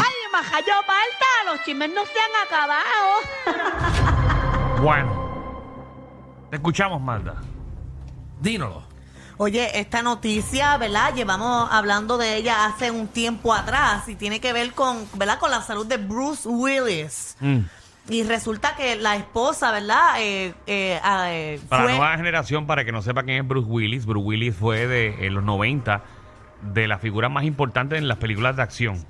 ¡Ay, majayopa alta! ¡Los chimes no se han acabado! Bueno. Te escuchamos, Magda. Dínoslo. Oye, esta noticia, ¿verdad? Llevamos hablando de ella hace un tiempo atrás y tiene que ver con, ¿verdad? Con la salud de Bruce Willis. Mm. Y resulta que la esposa, ¿verdad? Eh, eh, ah, eh, Para fue- la nueva generación, para que no sepa quién es Bruce Willis, Bruce Willis fue de en los 90 de las figuras más importantes en las películas de acción.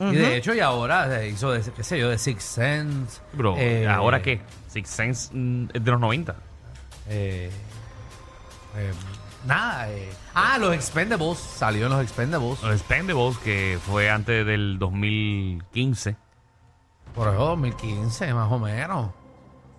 Y de hecho, y ahora se hizo, de, qué sé yo, de Six Sense. Bro, eh, ¿ahora qué? Six Sense mm, es de los 90. eh, eh, nada. eh. Ah, los Expendables. Salió en los Expendables. Los Expendables, que fue antes del 2015. Por eso, 2015, más o menos.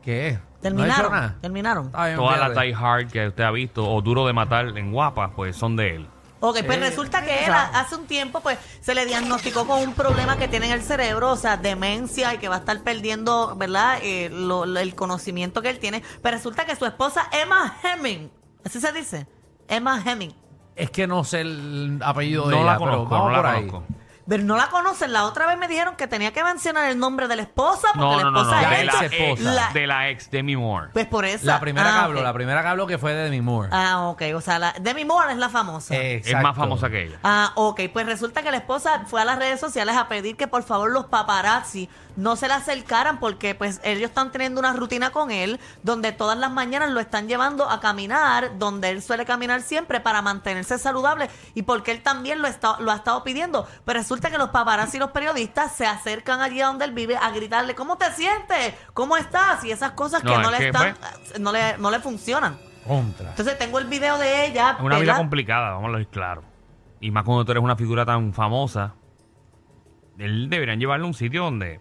¿Qué? ¿No ha hecho Terminaron. nada? terminaron. Está bien, Toda la fíjate. Die Hard que usted ha visto, o Duro de Matar en Guapa, pues son de él. Ok, pues resulta que él a- hace un tiempo pues se le diagnosticó con un problema que tiene en el cerebro, o sea, demencia y que va a estar perdiendo, ¿verdad? Eh, lo- lo- el conocimiento que él tiene. Pero resulta que su esposa Emma Hemming, ¿así se dice? Emma Hemming. Es que no sé el apellido de no ella, la conozco, pero no vamos la por ahí. conozco. Pero no la conocen. La otra vez me dijeron que tenía que mencionar el nombre de la esposa porque No, la no, no, no, esposa Ya de es la ex esta- ex, esposa. la- de la ex Demi Moore. Pues por eso. La primera ah, que habló, ok. la primera que habló que fue de Demi Moore. Ah, ok. O sea, la, Demi Moore es la famosa. Es más famosa que ella. Ah, ok. Pues resulta que la esposa fue a las redes sociales a pedir que por favor los paparazzi no se le acercaran porque pues ellos están teniendo una rutina con él donde todas las mañanas lo están llevando a caminar, donde él suele caminar siempre para mantenerse saludable y porque él también lo, está, lo ha estado pidiendo. Pero resulta que los paparazzi y los periodistas se acercan allí a donde él vive a gritarle, ¿cómo te sientes? ¿Cómo estás? Y esas cosas No, que no es le, que, pues. están, no, le, no le funcionan. Contra. Entonces tengo el video de ella. Es una vida ¿verdad? complicada, vamos a hablar claro. Y más cuando tú eres una figura tan famosa, él deberían llevarlo a un sitio donde,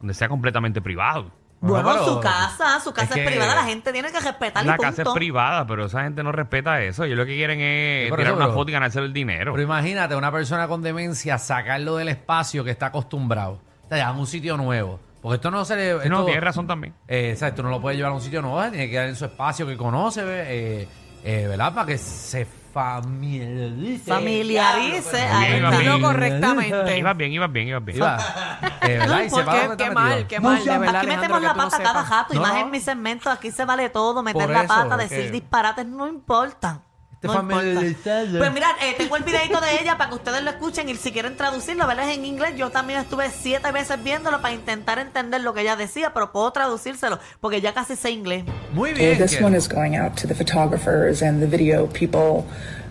donde sea completamente privado. Bueno, Bueno, pero- su casa, su casa es, es que- privada, la gente tiene que respetar la y casa es punto. privada, pero esa gente no respeta eso. Ellos lo que quieren es Sí, por tirar eso, una pero- foto y ganarse el dinero. Pero imagínate una persona con demencia sacarlo del espacio que está acostumbrado. Te llevan a un sitio nuevo. Porque esto no se le. no, esto- tienes razón también. Eh, exacto, no lo puede llevar a un sitio nuevo, se tiene que quedar en su espacio que conoce, ve, eh, eh, ¿verdad? Para que se familiarice. Familiarice, ahí Bien, está. Iba bien. Dilo correctamente. Ibas bien, ibas bien, ibas bien. Iba, eh, ¿verdad? No, y ¿por se va qué? donde está Qué metido. mal, qué mal, de verdad. Aquí metemos Alejandro, que la tú no pata cada sepas. jato, y No, más no. en mi segmento, aquí se vale todo, meter Por la eso, pata, es decir que- disparates, no importa. Este no familiarizado. Pues mira, eh, tengo el videito de ella para que ustedes lo escuchen y si quieren traducirlo, ¿verdad? Es en inglés. Yo también estuve siete veces viéndolo para intentar entender lo que ella decía, pero puedo traducírselo porque ya casi sé inglés. Muy bien. This que- one is going out to the photographers and the video people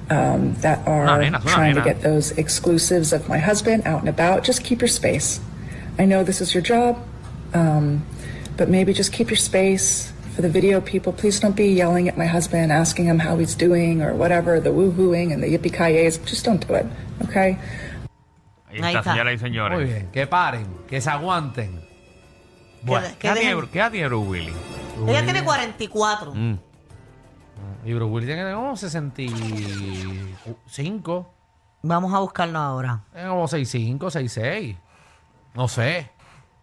um, that are Una nena, es una trying to nena. get those exclusives of my husband out and about. Just keep your space. I know this is your job, um, but maybe just keep your space for the video people. Please don't be yelling at my husband, asking him how he's doing or whatever, the woo-hooing and the yippee-ki-yays. Just don't do it, okay? Ahí Ahí está, está. señoras y señores. Muy bien, que paren, que se aguanten. Bueno, Que- que ¿qué edad dejen- tiene- ¿Qué edad tiene Bruce Willis? Ella tiene 44. Mm. Y Bruce Willis tiene como 65, Vamos a buscarlo ahora. tiene como 65, 66. No sé.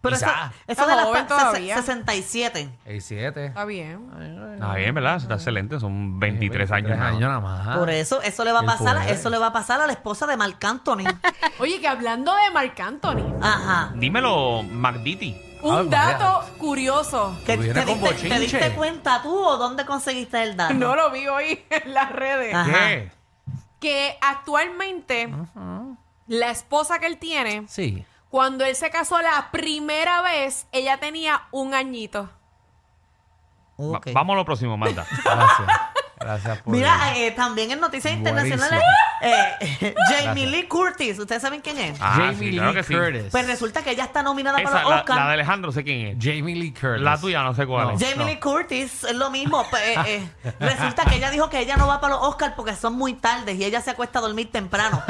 Pero eso, quizá. eso Está de las joven pa- sese- todavía. 67. 67. Está bien. Está bien, ¿verdad? Está excelente. Son 23, años. nada más. años nada Ah. más. Por eso, eso le va a el pasar, a- poder. eso le va a pasar a la esposa de Marc Anthony. Oye, que hablando de Marc Anthony, Ajá. Dímelo, McDitty. un María. dato curioso. ¿Qué- Tú ¿Te, vienes con diste, te bochinche. diste cuenta tú o dónde conseguiste el dato? No lo vi hoy en las redes. Ajá. ¿Qué? Que actualmente la esposa que él tiene Sí. Cuando él se casó la primera vez, ella tenía un añito. Va- Ok. vamos a lo próximo, Marta. Gracias. Gracias por. Mira, eh, también en noticias internacionales, eh, Jamie Lee Curtis, ¿ustedes saben quién es? Ah, Jamie sí, Lee claro que sí. Curtis. Pues resulta que ella está nominada Esa, para la, Oscar. la de Alejandro, sé quién es. Jamie Lee Curtis. La tuya no sé cuál es. Jamie Lee Curtis es lo mismo. pues, eh, eh, resulta que ella dijo que ella no va para los Oscars porque son muy tardes y ella se acuesta a dormir temprano.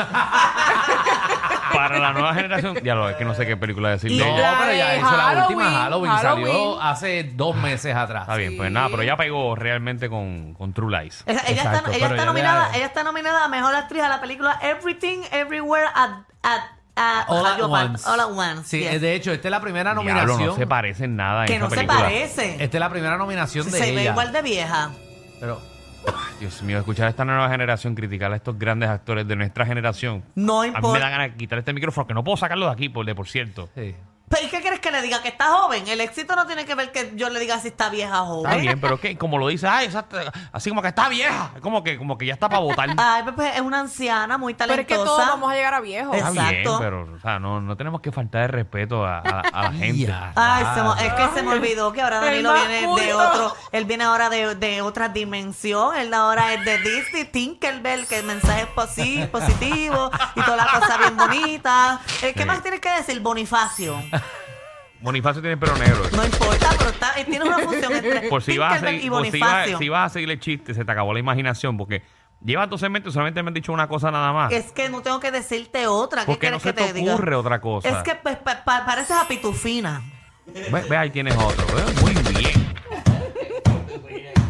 Para la nueva generación. Ya lo es que no sé qué película decir. Y de No, ella. la pero ya de hizo eh, la última Halloween, Halloween. Halloween. Salió hace dos meses atrás. Está bien, pues nada, pero ya pegó realmente con, con True Lies. Esa- ella, está, ella, Exacto, pero "Ah". está ya nominada, la- ella está nominada a Mejor Actriz a la película Everything, Everywhere, at, at, at- All at Rayo Pal- once. All at Once, Sí, yes. de hecho, esta es la primera Diablo, nominación. no se parece en nada en que esa no se película. parece. Esta es la primera nominación de se ella. ve igual de vieja. Pero Dios mío, escuchar a esta nueva generación criticar a estos grandes actores de nuestra generación. No A mí me da importa. ganas de quitar este micrófono, que no puedo sacarlo de aquí, por, de por cierto. sí. ¿Pero ¿y qué quieres que le diga? Que está joven. El éxito no tiene que ver que yo le diga si está vieja o Está joven. bien, pero es que como lo dice, ay, esa- así como que está vieja, es como que, como que ya está para votar. Está Ay, pues, pues, es una anciana muy Pero talentosa. es que todos vamos a llegar a viejos. Es- bien, exacto. pero o sea, no, no tenemos que faltar de respeto a, a- a la gente. Ya. Ay, se mo- es que se me olvidó que ahora El Danilo más viene de culto. otro, él viene ahora de, de otra dimensión, él ahora es de Disney, Tinkerbell, que el mensaje es posi- positivo y toda la cosa bien bonita. Eh, ¿Qué Sí. más tienes que decir, Bonifacio? Bonifacio tiene el pelo negro. No importa, pero está, eh, tiene una función entre Por si vas a Tinkerbell seguir, y por si vas, Bonifacio. si vas a seguir el chiste, se te acabó la imaginación, porque llevas dos segmentos y solamente me han dicho una cosa nada más. Es que no tengo que decirte otra, ¿qué ¿Por qué no quieres se que te, te, diga? ocurre otra cosa? Es que pues, pa- pa- pareces a Pitufina. Ve, ve, ahí tienes otro. ve, Muy bien.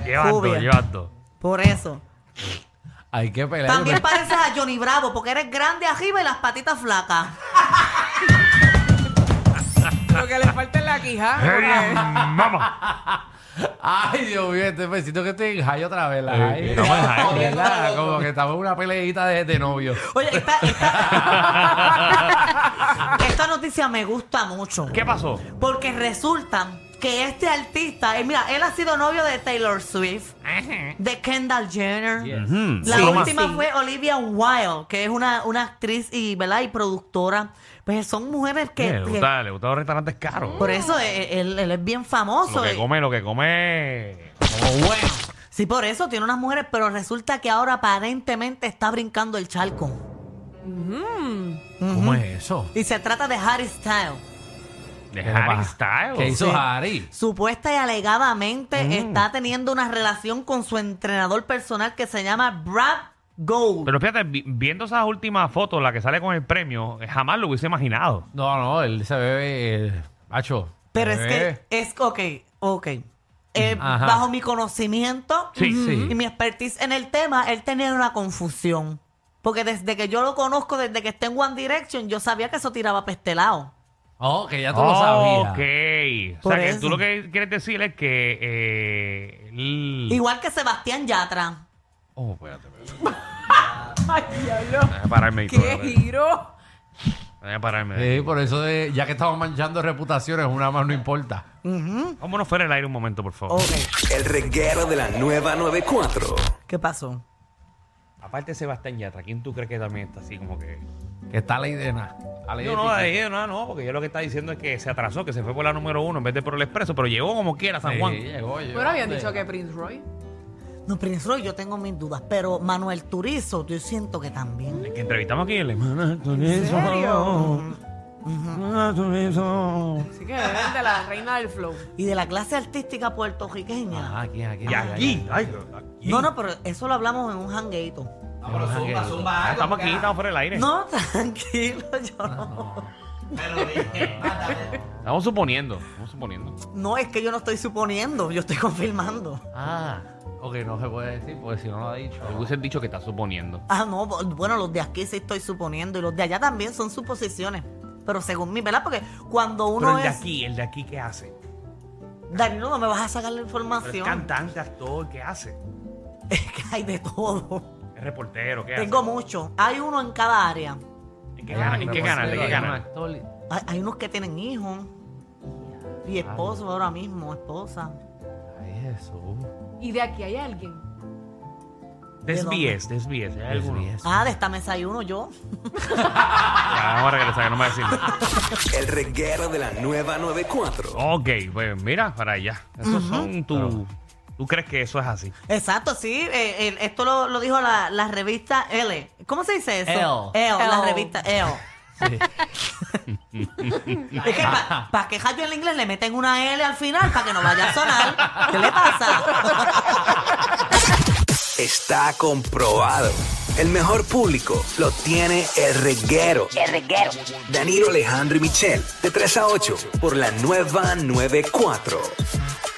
Llevas Jubia. dos, llevas dos. Por eso. Hay que pelear. También pareces a Johnny Bravo, porque eres grande arriba y las patitas flacas. Lo que le falta es la quija. Mamá. Ay, Dios mío, este besito que estoy en high otra vez. La high. no, es high. ¿Verdad? Como que estamos en una peleita de, de novio. Oye, esta, esta- esta noticia me gusta mucho. ¿Qué pasó? Porque resulta que este artista, eh, mira, él ha sido novio de Taylor Swift, Eh, de Kendall Jenner. Ujú. La Sí, última sí. fue Olivia Wilde, que es una, una actriz y, ¿verdad? y productora. Pues son mujeres que... Oye, le, que- gusta, le gusta los restaurantes caros. por eso eh, él, él es bien famoso. Lo que eh. come, lo que come. Como bueno. Sí, por eso tiene unas mujeres, pero resulta que ahora aparentemente está brincando el charco. ¿Cómo es eso? Y se trata de Harry Styles. De ¿Qué le Harry pasa? Styles. ¿Qué hizo Sí. Harry? Supuesta y alegadamente Mm. está teniendo una relación con su entrenador personal que se llama Brad Gold. Pero fíjate, vi- viendo esas últimas fotos, la que sale con el premio, jamás lo hubiese imaginado. No, no, él se bebe el macho. Pero se es bebe. eh. que, es, ok, ok. Eh, Ajá. bajo mi conocimiento Mm, Sí, ujú, sí. y mi expertise en el tema, él tenía una confusión. Porque desde que yo lo conozco, desde que está en One Direction, yo sabía que eso tiraba este pestelado. Oh, que ya tú lo Ok. O sabías. Por sea, que eso. tú lo que quieres decir es que. Eh, l- Igual que Sebastián Yatra. Oh, espérate, espérate. Ay, diablo. Déjame pararme. ahí, Qué espérate. giro. Déjame pararme. ahí. Sí, por eso, de- ya que estamos manchando reputaciones, una más no importa. Vámonos fuera del aire un momento, por favor. Ok, El reguero de la nueva 94. ¿qué pasó? Aparte de Sebastián Yatra, ¿quién tú crees que también está así como que...? Que está ley de nada. La ley No, de no, etiqueta. eh, no, no, porque yo lo que está diciendo es que se atrasó, que se fue por la número uno en vez de por el expreso, pero llegó como quiera a San Juan. Sí, llegó, llegó. Bueno, habían dicho que Prince Roy. No, Prince Roy, yo tengo mis dudas, pero Manuel Turizo, yo siento que también. El que entrevistamos aquí, el hermano Turizo. Hermano Turizo. Así que es de la reina del flow. Y de la clase artística puertorriqueña. Ah, aquí, aquí. Y aquí, ay, aquí. No, no, pero eso lo hablamos en un jangueito. Ah, estamos aquí, estamos fuera del aire. No, tranquilo, yo Ah, no. Estamos suponiendo, estamos suponiendo. No, es que yo no estoy suponiendo, yo estoy confirmando. Ah, ok, no se puede decir porque si no lo ha dicho. Te hubiesen dicho que está suponiendo. Ah, no, bo- bueno, los de aquí sí estoy suponiendo y los de allá también son suposiciones. Pero según mí, ¿verdad? Porque cuando uno pero el de es. aquí, el de aquí, ¿qué hace? Danilo, no me vas a sacar la Pero es información. cantante, actor, ¿qué hace? Es que hay de todo. Es reportero, ¿qué Tengo Ah, mucho. Hay uno en cada área. hace? ¿En qué gana? ¿En qué gana? ¿De qué gana? Hay, hay unos que tienen hijos y esposos ahora mismo, esposa. Ay, Jesús. Y de aquí hay alguien. Desvíes, desvíes. Hay algunos. Ah, de esta mesa hay uno yo. Ya, Vamos a regresar, que no me decir. El reguero de la nueva 94. Ok, pues mira, para allá. Esos son tu. ¿Tú crees que eso es así? Exacto, sí. eh, el- esto lo, lo dijo la, la revista L. ¿Cómo se dice eso? Elle. la Elle. revista Elle. es que para que Jayo en inglés le meten una L al final para que no vaya a sonar. ¿Qué le pasa? Está comprobado. El mejor público lo tiene el reguero. El reguero. Danilo Alejandro y Michel, de 3 a 8, por la nueva 94.